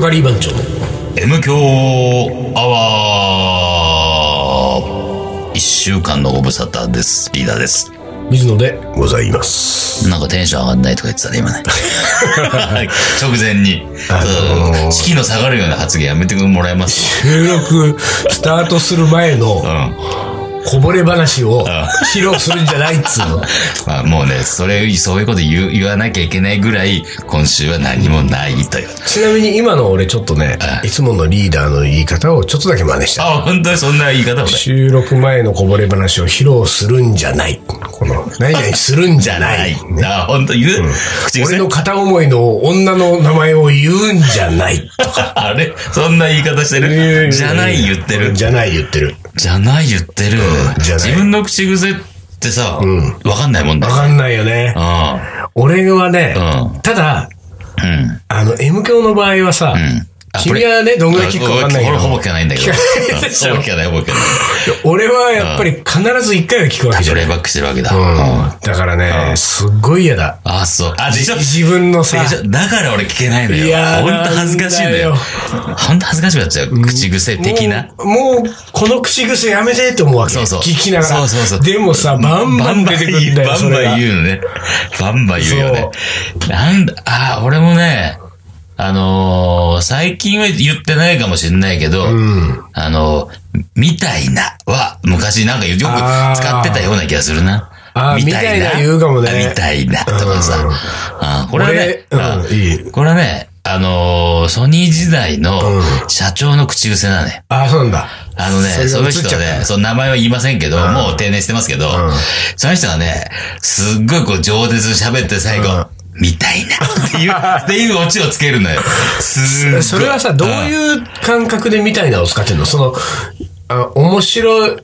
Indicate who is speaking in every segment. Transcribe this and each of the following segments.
Speaker 1: ラリー番長
Speaker 2: M 強アワー一週間のご無沙汰です。リーダーです。
Speaker 1: 水野で
Speaker 3: ございます。
Speaker 2: なんかテンション上がんないとか言ってたね、 今ね。直前に。
Speaker 3: あのー
Speaker 2: そう士気の下がるような発言やめてもらえます。
Speaker 1: 収録スタートする前の
Speaker 2: うん。
Speaker 1: こぼれ話を披露するんじゃないっつう の
Speaker 2: まあもうね、それ、そういうこと言う言わなきゃいけないぐらい、今週は何もないという。
Speaker 3: ちなみに今の俺ちょっとね、いつものリーダーの言い方をちょっとだけ真似した。
Speaker 2: あ、本当にそんな言い方もね。
Speaker 3: 収録前のこぼれ話を披露するんじゃない。この、何々するんじゃない。
Speaker 2: あ、本当言う、口
Speaker 3: 俺
Speaker 2: 癖
Speaker 3: の片思いの女の名前を言うんじゃない。
Speaker 2: あれそんな言い方してる じゃない言ってる。
Speaker 3: じゃない言ってる。
Speaker 2: じゃない言ってる。
Speaker 3: じゃない
Speaker 2: 自分の口癖ってさ、わ、かんないもんだ
Speaker 3: わかんないよね。
Speaker 2: あ
Speaker 3: 俺はね
Speaker 2: う、
Speaker 3: ただ、
Speaker 2: あうん。うん。
Speaker 3: あの、M 教の場合はさ、君はね、どんぐらい聞くかわかんないけ
Speaker 2: 俺ほぼ
Speaker 3: ど
Speaker 2: 聞、かないんだけど。
Speaker 3: 聞か ないでしょ
Speaker 2: ほぼ聞かない、ほぼ聞かない。
Speaker 3: 俺はやっぱり必ず一回は聞くわけじゃ
Speaker 2: プ
Speaker 3: ん。
Speaker 2: レイバックしてるわけだ。あ
Speaker 3: うんだからね、すっごい嫌だ。
Speaker 2: あ、そう。あ、でしょ
Speaker 3: 自分のさ、
Speaker 2: でしょだから俺聞けないの
Speaker 3: い
Speaker 2: よ。
Speaker 3: やー
Speaker 2: ほんと恥ずかしいんだよ。ほんと恥ずかしくなっちゃう。口癖的な。
Speaker 3: もう、もうこの口癖やめてって思うわけ。
Speaker 2: そうそう
Speaker 3: 聞きながら。
Speaker 2: そうそうそう
Speaker 3: でもさ、バンバン出てくるんだよ。
Speaker 2: バンバン言うバンバ
Speaker 3: う。
Speaker 2: ン言うのね。バンバン言うよね。なんだ、あ、俺もね、あのー最近は言ってないかもしれないけど、あのーみたいなは、昔なんかよく
Speaker 3: あー
Speaker 2: 使ってたような気がするな。
Speaker 3: あーみたいな言うかもね
Speaker 2: あみたいな、とかさ。あーこれはね、
Speaker 3: 俺うんいい
Speaker 2: これはね、あのーソニー時代の社長の口癖なのよ。
Speaker 3: あ、そうなんだ。
Speaker 2: あのね、そ
Speaker 3: それが
Speaker 2: の
Speaker 3: 映っちゃ
Speaker 2: 人
Speaker 3: った
Speaker 2: ね、その名前は言いませんけど、もう定年してますけど、その人がね、すっごいこう上舌に喋って最後、みたいなっていう、 っていうオチをつけるのよ。すっごい。
Speaker 3: それはさ、どう
Speaker 2: うん
Speaker 3: いう感覚でみたいなのを使ってんのその、あ面白い、ん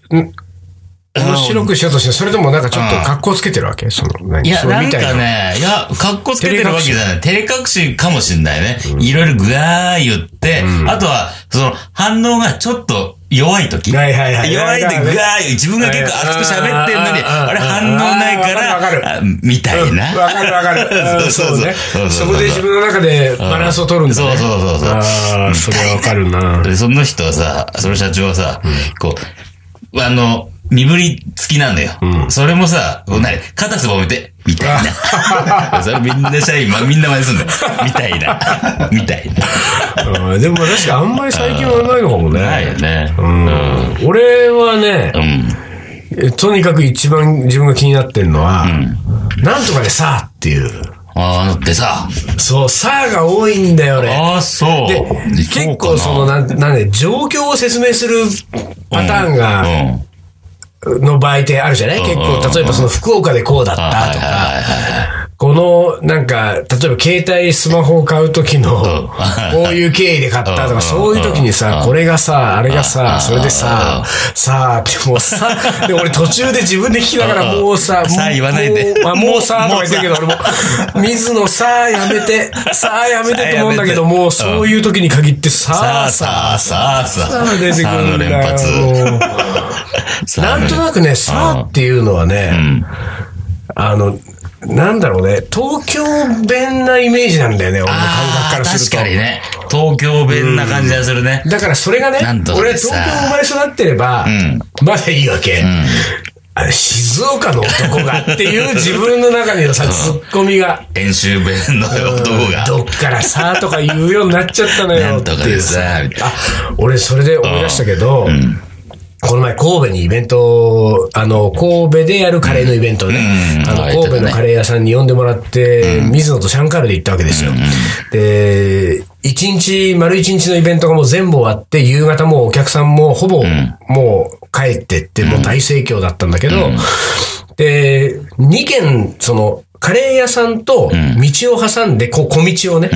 Speaker 3: 面白くしようとして、それともなんかちょっと格好つけてるわけその、何
Speaker 2: いや、
Speaker 3: その
Speaker 2: なん
Speaker 3: みたい
Speaker 2: かね、いや、格好つけてるわけじゃない。照れ隠しかもしんないね。いろいろぐわー言って、あとは、その、反応がちょっと弱い時。
Speaker 3: はいはいはい
Speaker 2: 弱い時、
Speaker 3: なん
Speaker 2: ぐ
Speaker 3: かね
Speaker 2: わー言う自分が結構熱く喋ってんのに、
Speaker 3: あー
Speaker 2: あれ反応ないか
Speaker 3: あーわかる
Speaker 2: ら、あみたいな。
Speaker 3: わかるわか る。あ
Speaker 2: そうそう
Speaker 3: そうね
Speaker 2: そう。そ
Speaker 3: そ
Speaker 2: う
Speaker 3: こで自分の中でバランスを取るんだね。
Speaker 2: そうそうそうそう
Speaker 3: ああ、それはわかるな。
Speaker 2: で、その人はさ、その社長はさ、こう、あの、身振り付きなんだよ。それもさ、こう何肩すぼめて、みたい な。 それみんな社員、ま、みんな真似すんだよ。みたいな。 みたい
Speaker 3: うんでも確かあんまり最近はないのかも
Speaker 2: な。ないよ
Speaker 3: ね。
Speaker 2: ね。
Speaker 3: うん、俺はね
Speaker 2: う、ん。
Speaker 3: えとにかく一番自分が気になってんのは、なんとかでさあっていう。
Speaker 2: あー、だってさ、
Speaker 3: そう、さあが多いんだよね。
Speaker 2: ああ、そう。
Speaker 3: で、
Speaker 2: う
Speaker 3: 結
Speaker 2: か
Speaker 3: 構その、なん、なんで、状況を説明するパターンが、
Speaker 2: うんうん
Speaker 3: の場合ってあるじゃない結
Speaker 2: うんうんうん
Speaker 3: 構、例えばその福岡でこうだっ
Speaker 2: あ
Speaker 3: たとか、
Speaker 2: はいはいはいはい
Speaker 3: この、なんか、例えば携帯スマホを買うときの、こういう経緯で買ったとか、そういうときにさ、これがさ、あれがさ、それでさ、さあって、もうさ、で、俺途中で自分で聞きながら、もうさ、
Speaker 2: さあ言わないで
Speaker 3: もうあもうさ、とか言ってるけど、
Speaker 2: も
Speaker 3: 俺も、水野さあやめて、さあやめてと思うんだけど、
Speaker 2: さあやめて
Speaker 3: もうそういうときに限って、
Speaker 2: さ
Speaker 3: さ
Speaker 2: あ
Speaker 3: あ
Speaker 2: さ
Speaker 3: さ
Speaker 2: あさあさ
Speaker 3: あ、
Speaker 2: あ。
Speaker 3: 出てく
Speaker 2: さあ
Speaker 3: る
Speaker 2: の
Speaker 3: ん
Speaker 2: 連
Speaker 3: だ
Speaker 2: 発。
Speaker 3: よ。もう
Speaker 2: さ
Speaker 3: な
Speaker 2: あの
Speaker 3: んとなくね、さあっていうのはね、あの、なんだろうね、東京弁なイメージなんだよね、俺の感覚からすると。
Speaker 2: あー確かにね。東京弁な感じがするね。
Speaker 3: だからそれがね
Speaker 2: なんと、か
Speaker 3: 俺は
Speaker 2: で
Speaker 3: 東
Speaker 2: さ
Speaker 3: 京生まれ育ってれば、まだいいわけ。あれ静岡の男がっていう自分の中にのさ、 ツッコミが、
Speaker 2: 演習弁の男が。
Speaker 3: どっからさとか言うようになっちゃったの
Speaker 2: な
Speaker 3: よ
Speaker 2: ん
Speaker 3: って
Speaker 2: とか
Speaker 3: い
Speaker 2: で
Speaker 3: う
Speaker 2: さ、みたいな。
Speaker 3: あ、俺それで思い出したけど、この前神戸にイベント、あの、神戸でやるカレーのイベントね
Speaker 2: う。ん
Speaker 3: あの、
Speaker 2: はい
Speaker 3: 神戸のカレー屋さんに呼んでもらって、水野とシャンカールで行ったわけですよ。で、一日、丸一日のイベントがもう全部終わって、夕方もうお客さんもほぼ、もう帰ってって、もう大盛況だったんだけど、で、2軒、その、カレー屋さんと道を挟んで、こう小道をね、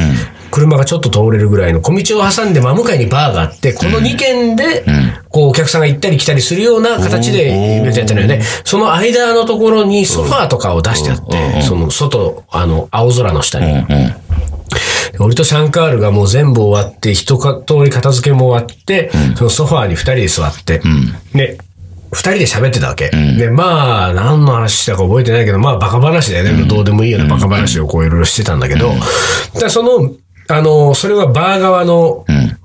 Speaker 3: 車がちょっと通れるぐらいの小道を挟んで真向かいにバーがあって、この2軒で、こうお客さんが行ったり来たりするような形でイベントやってるよね。その間のところにソファーとかを出してあって、その外、あの、青空の下に。俺とシャンカールがもう全部終わって、一通り片付けも終わって、そのソファーに二人で座って、で、二人で喋ってたわけ。で、まあ、何の話したか覚えてないけど、まあ、バカ話だよね。どうでもいいようなバカ話をこういろいろしてたんだけど、だからその、あの、それはバー側の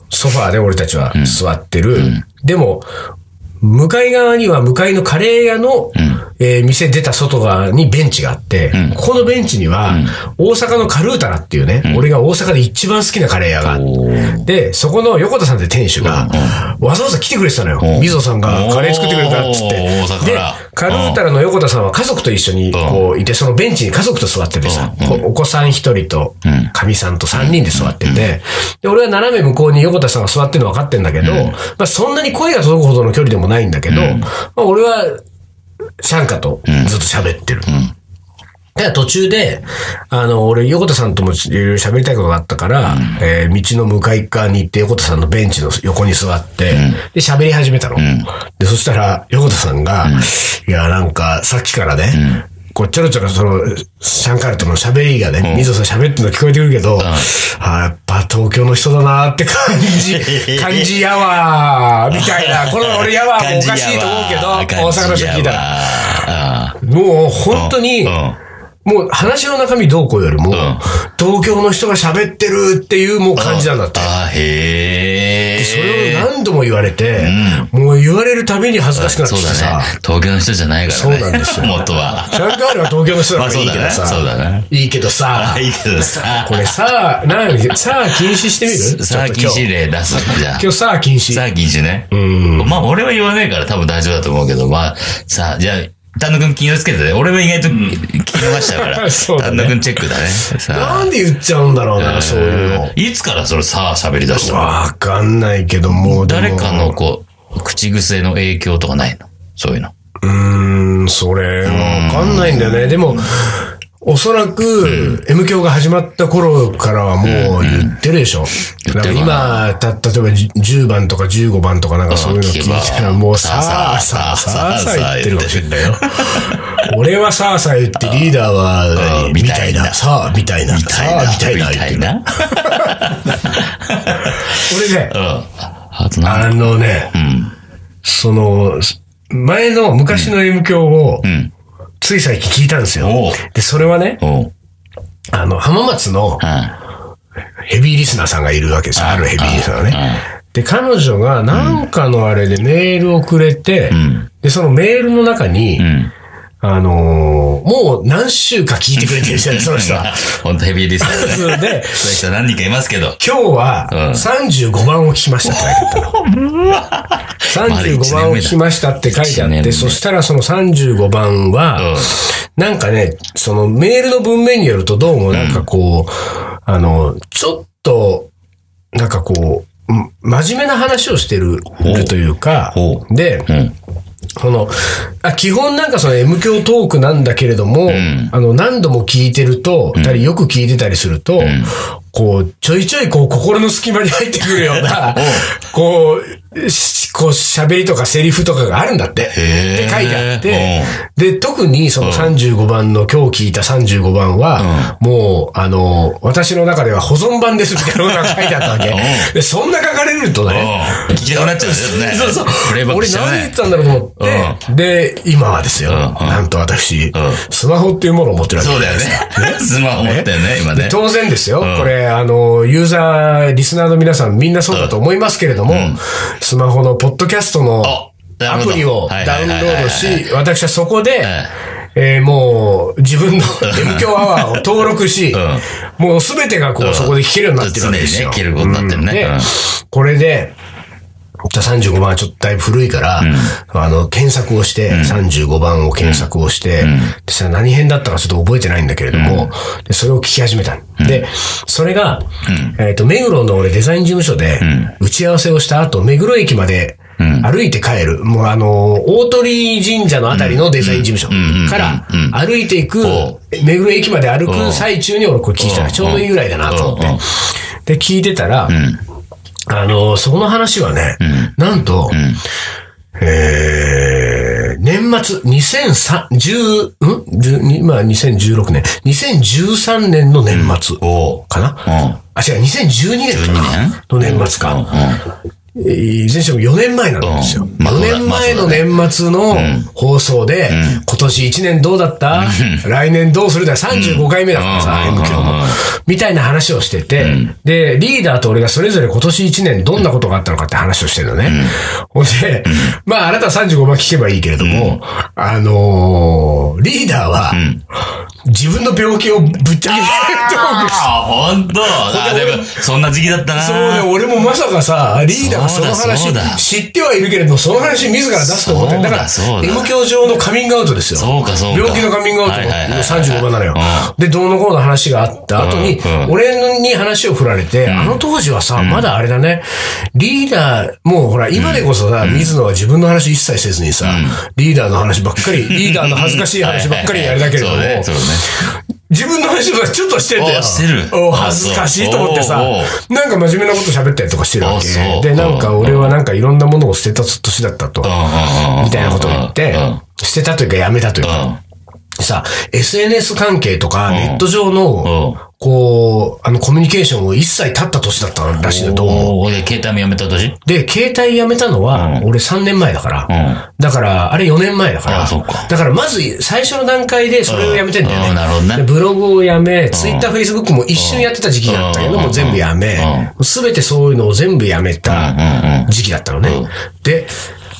Speaker 3: ソファーで俺たちは座ってる。でも、向かい側には向かいのカレー屋の、えー店出た外側にベンチがあって、ここのベンチには、大阪のカルータラっていうね、俺が大阪で一番好きなカレー屋があって
Speaker 2: おー
Speaker 3: で、そこの横田さんって店主が、わざわざ来てくれてたのよ
Speaker 2: うん。
Speaker 3: 水野さんがカレー作ってくれるからっつって。
Speaker 2: おー大阪か
Speaker 3: で
Speaker 2: ら、
Speaker 3: カルータラの横田さんは家族と一緒にこういて、そのベンチに家族と座っててさ、こうお子さん一人と、かみさんと三人で座ってて、で、俺は斜め向こうに横田さんが座ってるの分かってんだけど、まあそんなに声が届くほどの距離でもないんだけど、まあ俺は、シャンカとずっと喋ってる。で、途中で、あの、俺、横田さんともいろいろ喋りたいことがあったから、えー道の向かい側に行って、横田さんのベンチの横に座って、で、喋り始めたの。で、そしたら、横田さんが、いや、なんか、さっきからね、こう、ちょろちょろ、その、シャンカルとの喋りがね、水野さん喋ってるの聞こえてくるけど、あーやっぱ東京の人だなーって感 じ、感じやわー、みたいな。この俺やわーもおかしいと思うけど、大阪の人聞いたら。
Speaker 2: ら。
Speaker 3: もう本当に、
Speaker 2: うん
Speaker 3: もう話の中身どうこうよりも、東京の人が喋ってるっていうもう感じなんだって。
Speaker 2: あー、へえ。
Speaker 3: それを何度も言われて、もう言われるたびに恥ずかしくなって
Speaker 2: そう
Speaker 3: きて
Speaker 2: だね
Speaker 3: さ、。
Speaker 2: 東京の人じゃないからね。
Speaker 3: そうなんですよ
Speaker 2: 元は。
Speaker 3: シャンカールは東京の人だからいいけど
Speaker 2: まあそうだねそうだ
Speaker 3: さ
Speaker 2: ね、
Speaker 3: いいけどさ
Speaker 2: あ、いいけどさ。
Speaker 3: これさ、なんさあ禁止してみる
Speaker 2: さあ、
Speaker 3: ちょっと
Speaker 2: 禁
Speaker 3: 今
Speaker 2: 止
Speaker 3: 日
Speaker 2: 令出すじゃあ。
Speaker 3: 今日さあ禁止
Speaker 2: さ。あ、禁止ね。まあ、俺は言わないから多分大丈夫だと思うけど、まあ、さあ、じゃあ、丹野くん気をつけてね。俺は意外と聞きましたか ら。
Speaker 3: そうだね
Speaker 2: 丹野くんチェックだね。さあ。
Speaker 3: なんで言っちゃうんだろうな、そういうの。
Speaker 2: いつからそれさあ喋り出したの
Speaker 3: わかんないけど、もうでも
Speaker 2: 誰かのこう、口癖の影響とかないのそういうの。
Speaker 3: うーん、それ、わかんないんだよね。でも、おそらく、M 教が始まった頃からはもう言ってるでしょ。だから今、た、例えばじ10番とか15番とかなんかそういうの聞いたらもうさあさあさあさあ言ってるかもしれないよ。俺はさあさあ言ってリーダーは
Speaker 2: うん、
Speaker 3: みたいな、さあみたいな、さあみたいな
Speaker 2: み
Speaker 3: 言ったて
Speaker 2: い
Speaker 3: る。
Speaker 2: な。
Speaker 3: 俺ね
Speaker 2: う、ん。あとなん
Speaker 3: あのね、その、前の昔の M 教を
Speaker 2: ん、
Speaker 3: つい最近聞いたんですよ
Speaker 2: おう。
Speaker 3: で、それはね、
Speaker 2: おう。
Speaker 3: あの、浜松の
Speaker 2: うん。
Speaker 3: ヘビーリスナーさんがいるわけですよ。あるヘビーリスナーね。で、彼女がなんかのあれでメールをくれて、
Speaker 2: ん
Speaker 3: で、そのメールの中に、
Speaker 2: うん。
Speaker 3: あのーもう何週か聞いてくれてるんですよね、その人は。
Speaker 2: 本当ヘビーリスナーだね。
Speaker 3: で、
Speaker 2: そういう人何人かいますけど。
Speaker 3: 今日は
Speaker 2: うん
Speaker 3: 35番を聞きましたって書いてあ ったの。
Speaker 2: まだ一
Speaker 3: 35
Speaker 2: 年目だ
Speaker 3: 番を聞きましたって書いてあ
Speaker 2: 一
Speaker 3: っ
Speaker 2: 年
Speaker 3: て、
Speaker 2: 目
Speaker 3: そしたらその35番は、なんかね、そのメールの文面によるとどうもなんかこう、あの、ちょっと、なんかこう、ん真面目な話をしてるるというか
Speaker 2: ほ、
Speaker 3: で、
Speaker 2: うん。
Speaker 3: このあ基本なんかその M 教トークなんだけれども、
Speaker 2: ん
Speaker 3: あの何度も聞いてると、たりよく聞いてたりすると、こうちょいちょいこう心の隙間に入ってくるよう な、こう、しこう喋りとかセリフとかがあるんだって。っ
Speaker 2: へ
Speaker 3: て書いてあって、で、特にその35番の、今日聞いた35番は、もう、あの、私の中では保存版ですみたいなことが書いてあったわ け。
Speaker 2: ん
Speaker 3: で、そんな書かれるとね、
Speaker 2: うん。聞きたくなっちゃうんだよね。
Speaker 3: そうそう。
Speaker 2: プレイバック
Speaker 3: 俺
Speaker 2: しちゃう
Speaker 3: 何言
Speaker 2: ね
Speaker 3: って。たんだろうと思って、で、今はですよ、
Speaker 2: んうん
Speaker 3: なんと私、スマホっていうものを持ってるわけ
Speaker 2: そうだよね。スマホ持ったよね、今ね
Speaker 3: で。当然ですよ、
Speaker 2: ん
Speaker 3: これ、あの、ユーザー、リスナーの皆さんみんなそうだと思いますけれども、スマホのポッドキャストの
Speaker 2: あな
Speaker 3: ア
Speaker 2: るほど
Speaker 3: プリを
Speaker 2: はい
Speaker 3: ダ
Speaker 2: は
Speaker 3: ウ
Speaker 2: い
Speaker 3: ンロ
Speaker 2: はいはい
Speaker 3: ードし、私はそこで、
Speaker 2: ん
Speaker 3: えーもう、 自分の M 響アワーを登録し、もうすべてがこう、そこで聞けるようになってる
Speaker 2: 常
Speaker 3: わ
Speaker 2: に
Speaker 3: け
Speaker 2: ね
Speaker 3: ですよ。、
Speaker 2: 切ることになってるね。
Speaker 3: で
Speaker 2: うん、
Speaker 3: これで、じゃあ35番はちょっとだいぶ古いから、あの、検索をして、35番を検索をして、で、それ何編だったかちょっと覚えてないんだけれども、で、それを聞き始めたの。で、それが、えっと、目黒の俺デザイン事務所で、打ち合わせをした後、目黒駅まで、歩いて帰る。もうあの、大鳥神社のあたりのデザイン事務所から歩いていく、
Speaker 2: お
Speaker 3: 目黒駅まで歩く最中に俺これ聞いてたらちょうどいいぐらいだなと思って
Speaker 2: うん。
Speaker 3: で、聞いてたら、あの、そこの話はね、なんと、えー、年末、2010、ん12まあ2016年、2013年の年末
Speaker 2: おう。
Speaker 3: かな、
Speaker 2: うん
Speaker 3: あ、違う、2012年かなの年末か。えーいずれにしても4年前なんですよ。
Speaker 2: うんまあ
Speaker 3: 4年前の年末の放送で、今年1年どうだった来年どうするだ35回目だからさ、
Speaker 2: うん
Speaker 3: M 響
Speaker 2: うん
Speaker 3: も。みたいな話をしてて、で、リーダーと俺がそれぞれ今年1年どんなことがあったのかって話をしてるのね。ほんで、まあ、あなたは35番聞けばいいけれども、あのーリーダーは、自分の病気をぶっちゃけてトークして
Speaker 2: あ、ほんと。あ、でも、そんな時期だったな。
Speaker 3: そうね、俺もまさかさ、リーダーがその
Speaker 2: そうだそうだ
Speaker 3: 話、知ってはいるけれども、その話自ら出すと思って、だから
Speaker 2: そうだそ、うだ
Speaker 3: M 教上のカミングアウトですよ。
Speaker 2: そうかそうか
Speaker 3: 病気のカミングアウト
Speaker 2: はい
Speaker 3: の
Speaker 2: はいはいはい
Speaker 3: 35番なのよ。で、どうのこうの話があった後に
Speaker 2: うんう、ん
Speaker 3: 俺に話を振られて、あの当時はさ、まだあれだね、リーダー、もうほら、今でこそさ、水野は自分の話一切せずにさ、リーダーの話ばっかり、リーダーの恥ずかしい話ばっかりやるだけれども
Speaker 2: はいはいはい、 そうね、そうね。
Speaker 3: 自分の話とかちょっとしてんだ
Speaker 2: お
Speaker 3: よ。
Speaker 2: してる
Speaker 3: お恥ずかしいと思ってさ
Speaker 2: おうおう、
Speaker 3: なんか真面目なこと喋ったりとかしてるわ
Speaker 2: あそう
Speaker 3: け。で、なんか俺はなんかいろんなものを捨てた年だったと、
Speaker 2: うんうんうん
Speaker 3: みたいなことを言って
Speaker 2: うん、
Speaker 3: 捨てたというかやめたという
Speaker 2: う
Speaker 3: か。
Speaker 2: ん。
Speaker 3: さ、SNS 関係とかネット上の
Speaker 2: うん、
Speaker 3: こう、あのコミュニケーションを一切断った年だったらしいのよ、どうも。
Speaker 2: おー俺、携帯もやめた年
Speaker 3: で、携帯やめたのは、
Speaker 2: うん
Speaker 3: 俺3年前だから。
Speaker 2: うん
Speaker 3: だから、あれ4年前だから。
Speaker 2: あそっか
Speaker 3: だから、まず、最初の段階でそれをやめてんだよね。
Speaker 2: うんうんなるほどね
Speaker 3: でブログをやめ、ツイッター、フェイスブックも一瞬やってた時期があったけど
Speaker 2: う
Speaker 3: も、
Speaker 2: ん
Speaker 3: 全部やめ
Speaker 2: う、
Speaker 3: すべてそういうのを全部やめ
Speaker 2: うんうん
Speaker 3: た
Speaker 2: うん
Speaker 3: 時期だったのね
Speaker 2: うん。
Speaker 3: で、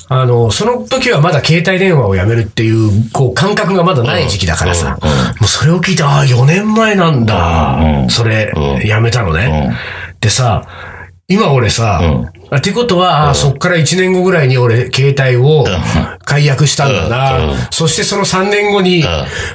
Speaker 3: あの、その時はまだ携帯電話をやめるっていう、こう、感覚がまだない時期だからさ。
Speaker 2: うんうん
Speaker 3: もうそれを聞いて、ああ、4年前なん
Speaker 2: うん
Speaker 3: だ
Speaker 2: う。ん
Speaker 3: それ
Speaker 2: う、ん
Speaker 3: やめたのね。でさ、今俺さ、
Speaker 2: う
Speaker 3: あってことは、あそっから1年後ぐらいに俺、携帯を
Speaker 2: ん
Speaker 3: 解約したんだな。
Speaker 2: うん
Speaker 3: そしてその3年後に
Speaker 2: ん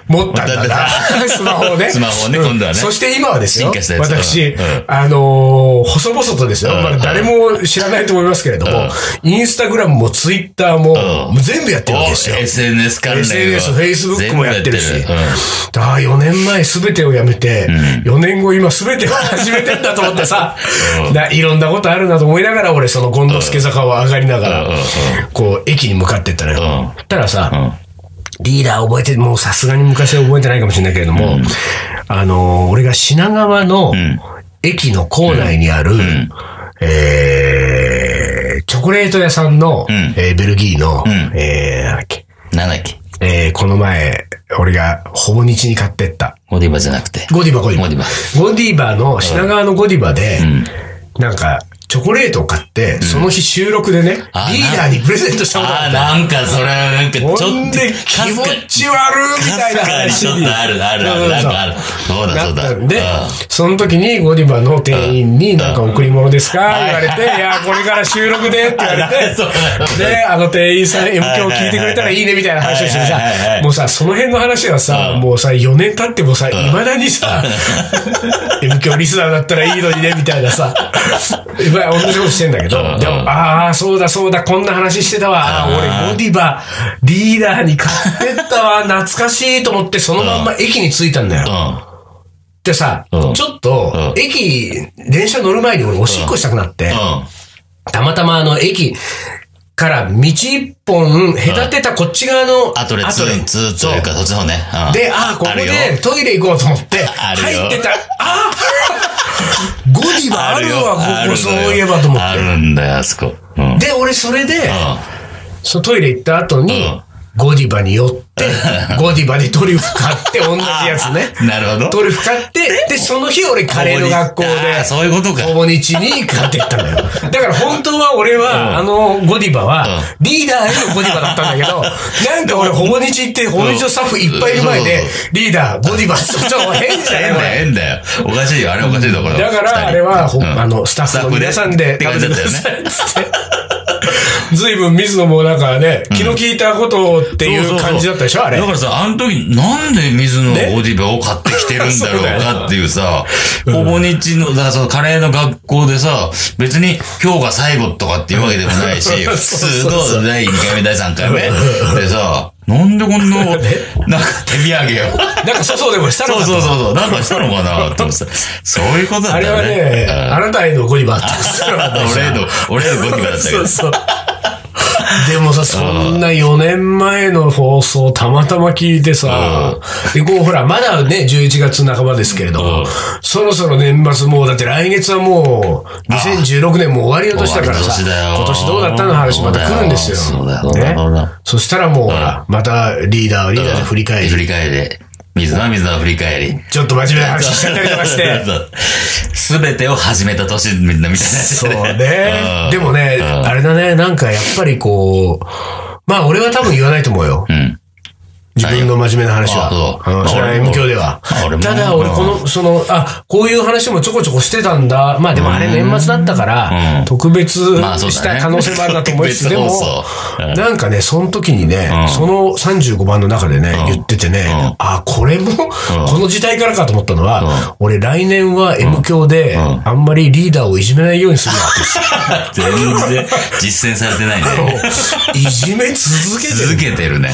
Speaker 3: 持ったんだな。 スマホをね。
Speaker 2: スマホをね
Speaker 3: うん
Speaker 2: 今度はね
Speaker 3: そして今はですよ
Speaker 2: 進化した、やつ
Speaker 3: 私
Speaker 2: うんうん、
Speaker 3: あのー、細々とですよ。
Speaker 2: うん
Speaker 3: まだ誰も知らないと思いますけれども、インスタグラムもツイッターも
Speaker 2: ん
Speaker 3: 全部やってるわけですよ
Speaker 2: お。SNS 関連は
Speaker 3: SNS、Facebook もやってるし
Speaker 2: 全部やってるうん。
Speaker 3: ああ、4年前すべてをやめて、4年後今すべてを始めてんだと思ってさ、ないろんなことあるなと思いながら俺その権之助坂を上がりながら
Speaker 2: うんうんうん、
Speaker 3: こう駅に向かってったのよ。
Speaker 2: う
Speaker 3: たらさ、リーダー覚えて、もうさすがに昔は覚えてないかもしれないけれども、あのー、俺が品川の
Speaker 2: ん
Speaker 3: 駅の構内にある、えーチョコレート屋さんの、
Speaker 2: ん
Speaker 3: えーベルギーの、
Speaker 2: ん
Speaker 3: えーなんだっけ、
Speaker 2: なんだっけ
Speaker 3: えーこの前、俺がほぼ日に買ってった。
Speaker 2: ゴディバじゃなくて。
Speaker 3: ゴディバ、ゴディバ。
Speaker 2: ゴディバ
Speaker 3: ゴディバの、品川のゴディバで、なんか、チョコレートを買って、その日収録でね、リー
Speaker 2: あー
Speaker 3: ダーにプレゼントしたこと
Speaker 2: あ
Speaker 3: あ
Speaker 2: あ、
Speaker 3: る。
Speaker 2: なんか、それはなんか、ちょっと、
Speaker 3: ほんで、気持ち悪いみたいな
Speaker 2: かすかに
Speaker 3: 話
Speaker 2: ちょっとある、ある、ある、なんかある。そうだ、そう
Speaker 3: なっ
Speaker 2: だ。
Speaker 3: たんで
Speaker 2: うん、
Speaker 3: その時にゴディバの店員になんか贈り物ですか
Speaker 2: うん、
Speaker 3: 言われて、いや、これから収録でって言われて
Speaker 2: そうだそうだ
Speaker 3: で、あの店員さん M 響聞いてくれたらいいねみたいな話をして
Speaker 2: はいはいはいは
Speaker 3: さ
Speaker 2: い、
Speaker 3: もうさ、その辺の話はさ、もうさ、4年経ってもさ、未だに さ、M 響リスナーだったらいいのにね、みたいなさ、今同じことしてんだけど
Speaker 2: うん、
Speaker 3: でも、ああ、そうだそうだ、こんな話してたわ、あー俺ゴディバ、リーダーに買ってったわ、懐かしいと思って、そのまんま駅に着いたんだよ。でさ、
Speaker 2: うん
Speaker 3: ちょっと、
Speaker 2: うん
Speaker 3: 駅、電車乗る前に俺おしっこしたくなって、たまたまあの、駅から道一本隔てたこっち側の、
Speaker 2: あとで、ツ
Speaker 3: 後
Speaker 2: ー、ツーというか、そっちの方ね。うん
Speaker 3: で、ああ、ここ
Speaker 2: るよ
Speaker 3: でトイレ行こうと思って、
Speaker 2: あるよ
Speaker 3: 入ってた、あ あゴディバあるわ、
Speaker 2: あ
Speaker 3: ここ
Speaker 2: るよ
Speaker 3: そういえばと思
Speaker 2: あ
Speaker 3: っ
Speaker 2: るんだよ、あそこ。うん。
Speaker 3: て。で、俺それで、
Speaker 2: う
Speaker 3: そのトイレ行った後に、
Speaker 2: うん
Speaker 3: ゴディバに寄って、 ゴディバでトリュフ買って、同じやつね。
Speaker 2: ん。なるほど。
Speaker 3: トリュフ買って、で、その日 俺カレーの学校で、
Speaker 2: あーそういうことか。
Speaker 3: ほぼ日に買ってったんだよ。だから本当は俺は、あの、ゴディバは、リーダーへのゴディバだったんだ けど、なんか俺ほぼ日行って、ほぼ日のスタッフいっぱいいる前で
Speaker 2: うんそう、
Speaker 3: リーダー、ゴディバ、ちょっと変じゃね
Speaker 2: 変だよ、変だよ。おかしいよ、あれおかしいところ。
Speaker 3: だから、あれは、ほ
Speaker 2: うん
Speaker 3: あの、スタッフの皆さんで
Speaker 2: スタッ
Speaker 3: 食
Speaker 2: フ
Speaker 3: べ
Speaker 2: で
Speaker 3: てくださいっつって。ずいぶん水野もなんかね、気の利いたことをっていう感じだったでしょあれ。
Speaker 2: だからさ、あの時、なんで水野
Speaker 3: ね
Speaker 2: ゴディバを買ってきてるんだろ
Speaker 3: そうだよ
Speaker 2: うかっていう さ、ほぼ日の、だからそのカレーの学校でさ、別に今日が最後とかっていうわけでも ないし、普通の第2回目、第3回目。でさ、なんでこ んな、なんか手土産を。
Speaker 3: なんかそうそうでもしたの
Speaker 2: そう
Speaker 3: かと
Speaker 2: そうそうそう、なんかしたのかなって思ってさ、そういうことな
Speaker 3: あ
Speaker 2: ん
Speaker 3: れ
Speaker 2: だ
Speaker 3: は
Speaker 2: よね。
Speaker 3: ね、
Speaker 2: うん
Speaker 3: あなたへのゴディバだったんですよ
Speaker 2: 俺の、俺のゴディバだったけ
Speaker 3: そ
Speaker 2: ど
Speaker 3: う。そう。 でもさ、そんな4年前の放送たまたま聞いてさ、で、こうほら、まだね、11月半ばですけれど
Speaker 2: うん
Speaker 3: も、そろそろ年末もう、だって来月はもう、2016年も終わりようとしたからさ、
Speaker 2: 終わり年だよ
Speaker 3: 今年どうだったの話また来るんですよ。
Speaker 2: そうだよそうだよ
Speaker 3: ね
Speaker 2: そうだよ
Speaker 3: そしたらもうほら、またリーダーはリーダーで振り返
Speaker 2: 振
Speaker 3: り、
Speaker 2: り返り。水は水は振り返り。
Speaker 3: ちょっと真面目な話しちゃったりとかして、
Speaker 2: そう。すべてを始めた年、み んなみたいな。
Speaker 3: そうね。でもね、あれだね、なんかやっぱりこう、まあ俺は多分言わないと思うよ。
Speaker 2: うん。
Speaker 3: 自分の真面目な話
Speaker 2: あ
Speaker 3: は。
Speaker 2: そう
Speaker 3: うんそれは
Speaker 2: 俺も
Speaker 3: M 響では
Speaker 2: あ俺。も
Speaker 3: ただ俺この、その、あ、こういう話もちょこちょこしてたんだ。まあでもあれ年末だったか
Speaker 2: う
Speaker 3: ら
Speaker 2: ん、
Speaker 3: 特別
Speaker 2: まあそうだね
Speaker 3: した可能性もあるなと思いつつ、でも
Speaker 2: 特 別放送うん、
Speaker 3: なんかね、その時にね
Speaker 2: うん、
Speaker 3: その35番の中でね、
Speaker 2: うん
Speaker 3: 言っててね
Speaker 2: うん、
Speaker 3: あ、これも、この時代からかと思ったのは、俺来年は M 響で、
Speaker 2: ん
Speaker 3: あんまりリーダーをいじめないようにするなって
Speaker 2: 全然実践されてないね。
Speaker 3: いじめ続けて
Speaker 2: 続
Speaker 3: る。
Speaker 2: けてるね。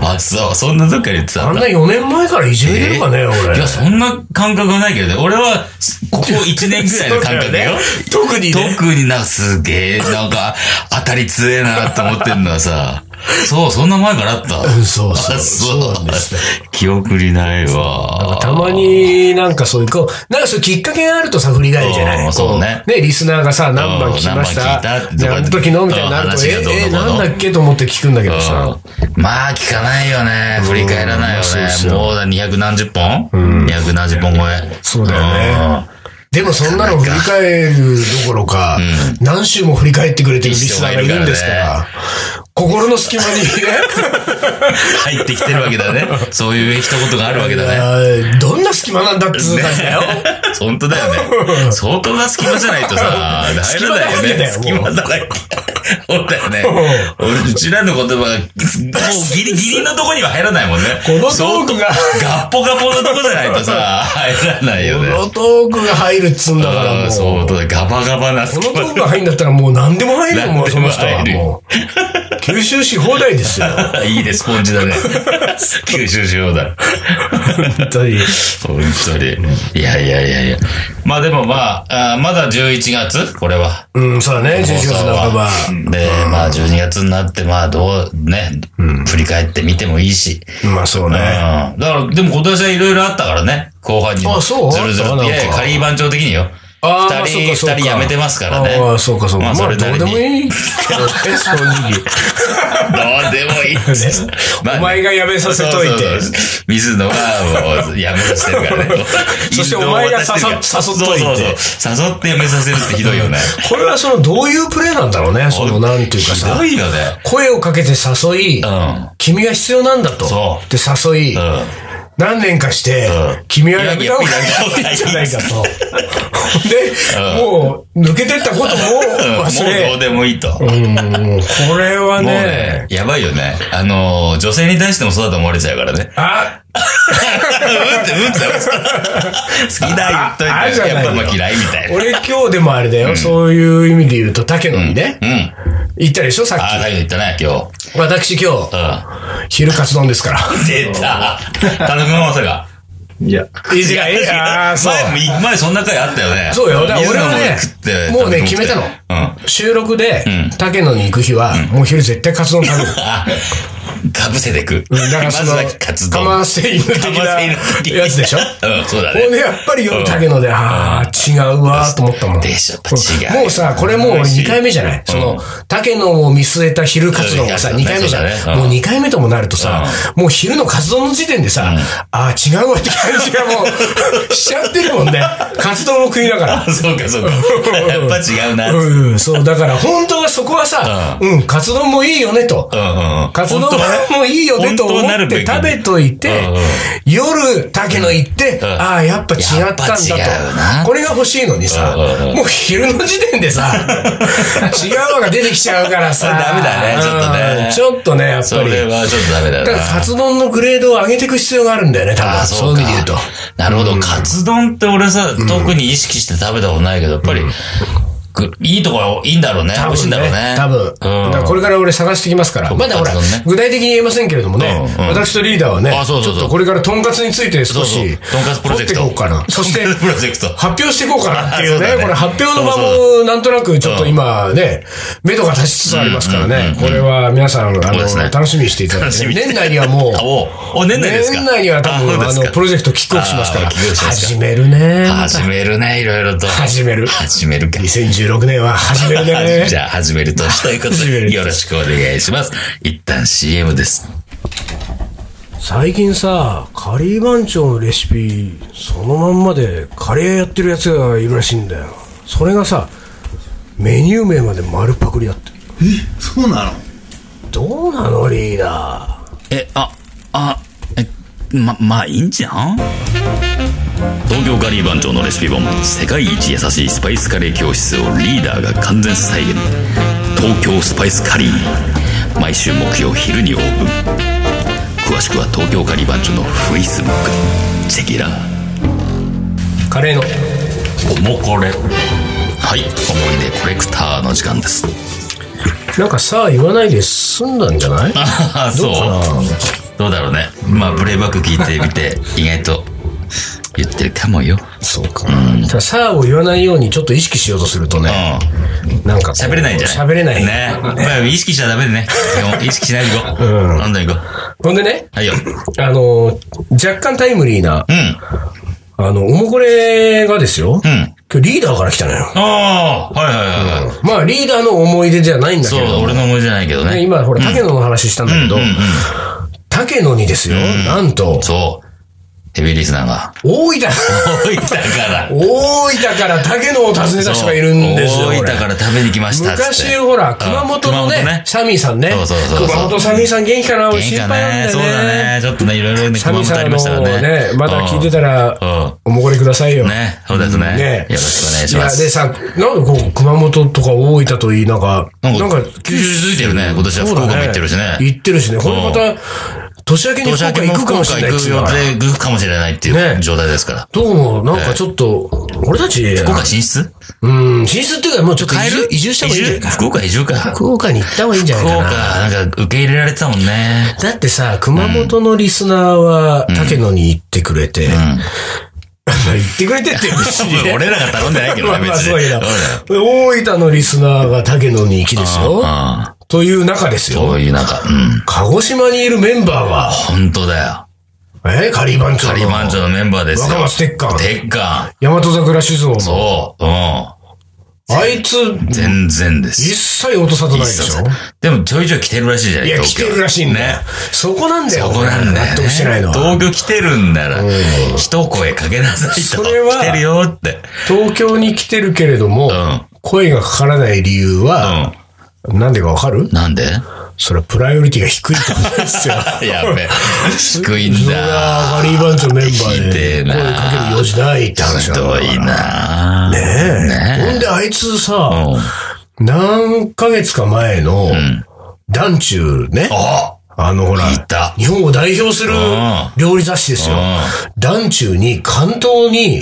Speaker 2: あ、そう、そんな時から言って
Speaker 3: あ
Speaker 2: た
Speaker 3: ん
Speaker 2: んだ
Speaker 3: な。4年前からいじめてるかね、俺。
Speaker 2: いや、そんな感覚はないけどね。俺は、 ここ1年ぐらいの感覚よ。
Speaker 3: 特にね。
Speaker 2: 特になんかすげえ、なんか、当たり強えなと思ってんのはさ、そう、そんな前からあった。
Speaker 3: んそうそう
Speaker 2: あ
Speaker 3: そうなんです
Speaker 2: 記憶にないわ。
Speaker 3: たまになんかそういう、こう、なんかそういうきっかけがあるとさ、振り返るじゃな
Speaker 2: うん
Speaker 3: い
Speaker 2: そうね
Speaker 3: こね、リスナーがさ、何番聞きまし
Speaker 2: うん何番聞いた
Speaker 3: た
Speaker 2: って
Speaker 3: であの時のみたいになると、
Speaker 2: 話がどうの
Speaker 3: え、え、
Speaker 2: こうの
Speaker 3: なんだっけと思って聞くんだけどさ。
Speaker 2: うんまあ、聞かないよね。振り返らないよ
Speaker 3: そうです
Speaker 2: ね。
Speaker 3: よ
Speaker 2: もうだ、二百何十本二百何十本超え。
Speaker 3: そうだよね
Speaker 2: うん。
Speaker 3: でもそんなの振り返るどころか、何週も振り返ってくれてるリスナーがいるんですか
Speaker 2: いい人
Speaker 3: ら、心の隙間にね、
Speaker 2: 入ってきてるわけだね。そういう一言があるわけだ ね。
Speaker 3: いやどんな隙間なんだっつう感じだよ。
Speaker 2: 本当だよね。相当な隙間じゃないとさ、入らないよね。隙
Speaker 3: 隙
Speaker 2: 間
Speaker 3: 間
Speaker 2: だらけ。そうだよね。俺、うちらの言葉が、もうギリギリのとこには入らないもんね。
Speaker 3: このトークが。
Speaker 2: ガッポガポのとこじゃないとさ、入らないよ
Speaker 3: こ
Speaker 2: ね。
Speaker 3: のトークが入るっつうんだからも
Speaker 2: あ
Speaker 3: う。
Speaker 2: ーそうだ、ガバガバな
Speaker 3: この
Speaker 2: 隙
Speaker 3: ト
Speaker 2: 間
Speaker 3: ークが入るんだったらもう何でも入るよ、もうその人は
Speaker 2: 何でも入る
Speaker 3: もう。吸収し放題ですよ。
Speaker 2: いいね、スポンジ だね。吸収しようだ。
Speaker 3: 本当に。
Speaker 2: 本当に。いやいやいやいや。まあでもまあ、あーまだ11月これは。
Speaker 3: うん、そうだね、11
Speaker 2: 放
Speaker 3: 月
Speaker 2: 送
Speaker 3: 半ば
Speaker 2: は。で、まあ、12月になって、まあ、どう、ね、振り返ってみてもいいし。
Speaker 3: まあそう
Speaker 2: うん。だ
Speaker 3: ね。
Speaker 2: から、でも今年はいろいろあったからね、後半にも。
Speaker 3: あそう
Speaker 2: ずるずる
Speaker 3: あった
Speaker 2: い
Speaker 3: な
Speaker 2: やい
Speaker 3: ん
Speaker 2: や、
Speaker 3: か
Speaker 2: 仮番長的によ。
Speaker 3: あー
Speaker 2: 二人、
Speaker 3: まあ
Speaker 2: 二
Speaker 3: そうかそうか
Speaker 2: 人辞めてますからね。
Speaker 3: ああ、そうかそうか。
Speaker 2: ま
Speaker 3: ま
Speaker 2: あ、
Speaker 3: あ
Speaker 2: そ
Speaker 3: どう
Speaker 2: れなり
Speaker 3: で
Speaker 2: に。
Speaker 3: もい いけどね、正直。
Speaker 2: どうでもいいっす。まあね
Speaker 3: お前が辞めさせといて
Speaker 2: そうそうそう水野はもう辞めさせてるからね。
Speaker 3: そしてお前が誘っ
Speaker 2: 誘っ
Speaker 3: 誘っといて
Speaker 2: そうそう。誘って辞めさせるってひどいよね。
Speaker 3: これはそのどういうプレイなんだろうね、そのなんていうか
Speaker 2: ひ
Speaker 3: さ
Speaker 2: ど。いよね。
Speaker 3: 声をかけて誘い、
Speaker 2: うん。
Speaker 3: 君が必要なんだと。
Speaker 2: そう
Speaker 3: で、誘い、
Speaker 2: うん。
Speaker 3: 何年かして、
Speaker 2: うん
Speaker 3: 君はやめた方がいいんじゃないかと。で、もう、抜けてったことも
Speaker 2: う
Speaker 3: 忘
Speaker 2: んもうどう
Speaker 3: れ。
Speaker 2: でもいいと。も
Speaker 3: うん、これは
Speaker 2: う
Speaker 3: ね
Speaker 2: ね、、やばいよね。あのー、女性に対してもそうだと思われちゃうからね。
Speaker 3: あ、
Speaker 2: うんって、うんって、好きだ言
Speaker 3: あ
Speaker 2: っ
Speaker 3: あじ
Speaker 2: とい
Speaker 3: ゃない
Speaker 2: て、や
Speaker 3: よ
Speaker 2: っぱまあ嫌いみたいな。
Speaker 3: 俺今日でもあれだよ、そういう意味で言うと、竹野にね、
Speaker 2: うん。
Speaker 3: 行ったでしょ、さっ
Speaker 2: ああ、だけど言ったね、今日。
Speaker 3: き。私今日、
Speaker 2: う
Speaker 3: 昼カツ丼ですから。
Speaker 2: ん。出た。田中君はまさか。
Speaker 1: いや、
Speaker 3: いやいや、あーそう。
Speaker 2: 前も、前そんな回あったよね。
Speaker 3: そうよだから俺はね
Speaker 2: 水野も食って
Speaker 3: もうね決めたの
Speaker 2: うん。あ、
Speaker 3: 収録で
Speaker 2: うん、
Speaker 3: 竹野に行く日は、もう昼絶対カツ丼食べ る。
Speaker 2: かぶせてく。
Speaker 3: だからその
Speaker 2: まずはカツ、丼。
Speaker 3: かませ犬的
Speaker 2: かませ犬的
Speaker 3: なやつでしょ
Speaker 2: うん、 そうだね。
Speaker 3: ほんで、やっぱり夜竹野で、ああ、違うわーと思ったもん。
Speaker 2: でしょ、やっぱ違う。
Speaker 3: もうさ、これもう俺2回目じゃない、
Speaker 2: うん
Speaker 3: その、竹野を見据えた昼カツ丼がさ、
Speaker 2: うん
Speaker 3: 2回目じゃない、
Speaker 2: そうだねうん
Speaker 3: もう2回目ともなるとさ、もう昼のカツ丼の時点でさ、ああ、違うわって感じがもう、 しちゃってるもんね。カツ丼を食いながら。
Speaker 2: そうか、そうか。やっぱ違うな。うんうん。
Speaker 3: うん、そう、だから本当はそこはさ、うん、カツ丼もいいよねと。カツ丼
Speaker 2: 本当はね
Speaker 3: もいいよねと思
Speaker 2: 本当はなる
Speaker 3: っ
Speaker 2: べ
Speaker 3: て
Speaker 2: き
Speaker 3: 食べといて
Speaker 2: うんうん、
Speaker 3: 夜、竹野行って、
Speaker 2: ん
Speaker 3: ああ、やっぱ違ったんだ
Speaker 2: やっぱ違うな
Speaker 3: と。これが欲しいのにさ、
Speaker 2: うんうん
Speaker 3: もう昼の時点で さ、違うのが出てきちゃうからさ、
Speaker 2: ダメだねちょっとね
Speaker 3: うんちょっとね、やっ
Speaker 2: そ
Speaker 3: ぱり。
Speaker 2: れはちょっとダメだ
Speaker 3: だ
Speaker 2: な。
Speaker 3: から、カツ丼のグレードを上げていく必要があるんだよね、多
Speaker 2: あ
Speaker 3: 分。
Speaker 2: あ
Speaker 3: そういう意味で言うと。。
Speaker 2: かなるほど。カツ丼って俺さ、特に意識して食べたことないけど、やっぱり、くいいところ、いいんだろうね。美味しいんだろうね。
Speaker 3: 多分。だからこれから俺探してきますから。
Speaker 2: ん
Speaker 3: まだほら
Speaker 2: カツ丼ね、
Speaker 3: 具体的に言えませんけれどもね、
Speaker 2: うんうん
Speaker 3: 私とリーダーはね
Speaker 2: あ、
Speaker 3: ち
Speaker 2: そ
Speaker 3: ょ
Speaker 2: う
Speaker 3: っ
Speaker 2: そうそう
Speaker 3: とこれからとんかつについて
Speaker 2: そ
Speaker 3: 少
Speaker 2: うそう
Speaker 3: し、。
Speaker 2: とんかつプロジェクト。
Speaker 3: 掘っていこう かな。そして
Speaker 2: とん、かつプロジェクト。
Speaker 3: 発表していこうかなっていう
Speaker 2: そうだ
Speaker 3: ね。
Speaker 2: ね
Speaker 3: これ発表の場
Speaker 2: そう
Speaker 3: も、なんとなくちょっと今ね、目処が立ちつつありますからね。これは皆さん、あ
Speaker 2: そうです
Speaker 3: の、
Speaker 2: ね
Speaker 3: 楽しみにしていただいてね。
Speaker 2: 楽しみに
Speaker 3: 年内にはもう、
Speaker 2: おお、年内ですか
Speaker 3: 年内には多分、あの、プロジェクトキックオフしますから。
Speaker 2: あーキックオフしますか
Speaker 3: 始めるね。
Speaker 2: ト始めるね、いろいろと。
Speaker 3: 始める
Speaker 2: 始めるか。
Speaker 3: 2016年は始めるね。
Speaker 2: じゃあ始めるとしたいこと
Speaker 3: 始める
Speaker 2: で、よろしくお願いします。一旦 CM です。
Speaker 3: 最近さカリー番長のレシピそのまんまでカレーやってるやつがいるらしいんだよそれがさメニュー名まで丸パクリだって
Speaker 4: えそうなの
Speaker 3: どうなのリーダ
Speaker 2: え、あ、あ、え、ま、まあいいんじゃん東京カリー番長のレシピ本世界一優しいスパイスカレー教室をリーダーが完全再現東京スパイスカリー毎週木曜昼にオープン詳しくは東京カリー番長のフェイスブックチェキラ
Speaker 3: ーカレーの
Speaker 2: おもこれはい思い出コレクターの時間です
Speaker 3: なんかさあ言わないで済んだんじゃない
Speaker 2: ああそうどうだろうねまあプレイバック聞いてみて意外と言ってるかもよ
Speaker 3: そうか、たださあを言わないようにちょっと意識しようとするとね、
Speaker 2: うん
Speaker 3: なんかこう
Speaker 2: 喋れないんじゃない
Speaker 3: 喋れない
Speaker 2: ね。まあ、意識しちゃダメでね。でも意識しないで いこう。どんどんいこう。
Speaker 3: ほんでね
Speaker 2: はいよ。
Speaker 3: あの若干タイムリーな
Speaker 2: うん。
Speaker 3: あのおもこれがですよ、
Speaker 2: うん。
Speaker 3: 今日リーダーから来たのよ
Speaker 2: ああー、はいはいはいはい。
Speaker 3: まあリーダーの思い出じゃないんだけ
Speaker 2: そう
Speaker 3: れど、も
Speaker 2: 俺の思いじゃないけど
Speaker 3: ね
Speaker 2: ね。
Speaker 3: 今、ほら、竹野の話したんだけど、
Speaker 2: うんうんうん
Speaker 3: 竹野にですよ、なんと、
Speaker 2: そう。ヘビーリスナーが。
Speaker 3: 大分、
Speaker 2: 大分から。
Speaker 3: 大分から竹野を訪ねた人がいるんですよ。
Speaker 2: 大
Speaker 3: 俺
Speaker 2: 分から食べに来ましたっつって。
Speaker 3: 昔、ほら、熊本の
Speaker 2: うん熊
Speaker 3: ね
Speaker 2: 本ね、
Speaker 3: シャミーさんね。
Speaker 2: そうそうそうそう
Speaker 3: 熊本サミーさん元気かな俺
Speaker 2: 元気
Speaker 3: 心
Speaker 2: か
Speaker 3: 配なんだよ
Speaker 2: ね。
Speaker 3: ね。
Speaker 2: そうだね。ちょっとね、いろいろね、
Speaker 3: シャ
Speaker 2: 熊
Speaker 3: ミー
Speaker 2: 本
Speaker 3: さ
Speaker 2: あ
Speaker 3: ん
Speaker 2: りましたから
Speaker 3: もね
Speaker 2: ね。、
Speaker 3: まだ聞いて
Speaker 2: た。
Speaker 3: たら
Speaker 2: うん、
Speaker 3: おもこりくださいよ。
Speaker 2: ね。そうですね。よろしくお願いしま
Speaker 3: いや、
Speaker 2: す
Speaker 3: で。さ、なんでこう、熊本とか大分といい、なんか、
Speaker 2: なんか、
Speaker 3: 九
Speaker 2: 九州続いてるね。今年は
Speaker 3: そう
Speaker 2: 福
Speaker 3: だ
Speaker 2: 岡
Speaker 3: ね
Speaker 2: も行ってるしね。
Speaker 3: 行ってるしね。これまた、年明けに福
Speaker 2: 年明
Speaker 3: 岡
Speaker 2: けも
Speaker 3: 行く
Speaker 2: 福
Speaker 3: かも
Speaker 2: 岡
Speaker 3: しれ
Speaker 2: 行
Speaker 3: ないっつ
Speaker 2: く
Speaker 3: うか
Speaker 2: 予
Speaker 3: ら
Speaker 2: 定、行くかもしれないってい
Speaker 3: ね
Speaker 2: う状態ですから。
Speaker 3: どうも、なんかちょっと、俺たち、
Speaker 2: 福岡進出
Speaker 3: うん、進出っていうか、もうちょっと移
Speaker 2: 変え
Speaker 3: 住
Speaker 2: る
Speaker 3: 移住した方がいいんじゃないか。
Speaker 2: 福岡移住か。
Speaker 3: 福岡に行った方がいいんじゃない
Speaker 2: 福
Speaker 3: か
Speaker 2: 岡、
Speaker 3: な。
Speaker 2: なんか受け入れられてたもんね。
Speaker 3: だってさ、熊本のリスナーは、竹野に行ってくれて、まあ行ってくれてって別にね
Speaker 2: 俺らが頼んでないけ ど
Speaker 3: まあ
Speaker 2: ね、
Speaker 3: まあ
Speaker 2: 別に。
Speaker 3: そうやな
Speaker 2: う
Speaker 3: 大分のリスナーが竹野に行きですよ。
Speaker 2: んうん
Speaker 3: という中ですよ。
Speaker 2: そういうなんか、うん。
Speaker 3: 鹿児島にいるメンバーは、
Speaker 2: 本当だよ。
Speaker 3: えー、カリー番長
Speaker 2: カリ
Speaker 3: の
Speaker 2: マンチョのメンバーですよ。
Speaker 3: 若松鉄幹
Speaker 2: 鉄幹。
Speaker 3: 大和桜酒造も。
Speaker 2: そう。うん。
Speaker 3: あいつ、
Speaker 2: 全然です。
Speaker 3: 一切落とさとないでしょ
Speaker 2: でもちょいちょい来てるらしいじゃない
Speaker 3: いや、来
Speaker 2: 東京
Speaker 3: てるらしいんだよ
Speaker 2: ね。。
Speaker 3: そこなんだよ。
Speaker 2: そこなんだよ、ね。
Speaker 3: 納得してないのは。
Speaker 2: 東京来てるんなら、一声かけなさい
Speaker 3: そ
Speaker 2: と。
Speaker 3: れは
Speaker 2: 来てるよって。
Speaker 3: 東京に来てるけれども、
Speaker 2: ん
Speaker 3: 声がかからない理由は、なんでかわかる
Speaker 2: なんで
Speaker 3: それはプライオリティが低いってことですよ。
Speaker 2: やべ。低い
Speaker 3: そ
Speaker 2: ん
Speaker 3: れ
Speaker 2: だ。
Speaker 3: はガリーバンチョメンバー
Speaker 2: ひで
Speaker 3: で
Speaker 2: え
Speaker 3: 声
Speaker 2: な
Speaker 3: かける用事ないって話
Speaker 2: ひ
Speaker 3: なんだ
Speaker 2: どいな
Speaker 3: ねえ
Speaker 2: ねえ
Speaker 3: ほんであいつ
Speaker 2: う
Speaker 3: さ、
Speaker 2: ん
Speaker 3: 何ヶ月か前の、ダンチューね。
Speaker 2: あ
Speaker 3: あのほら
Speaker 2: いた、
Speaker 3: 日本を代表する
Speaker 2: ん
Speaker 3: 料理雑誌ですよ
Speaker 2: うん。
Speaker 3: ダンチューに関東に、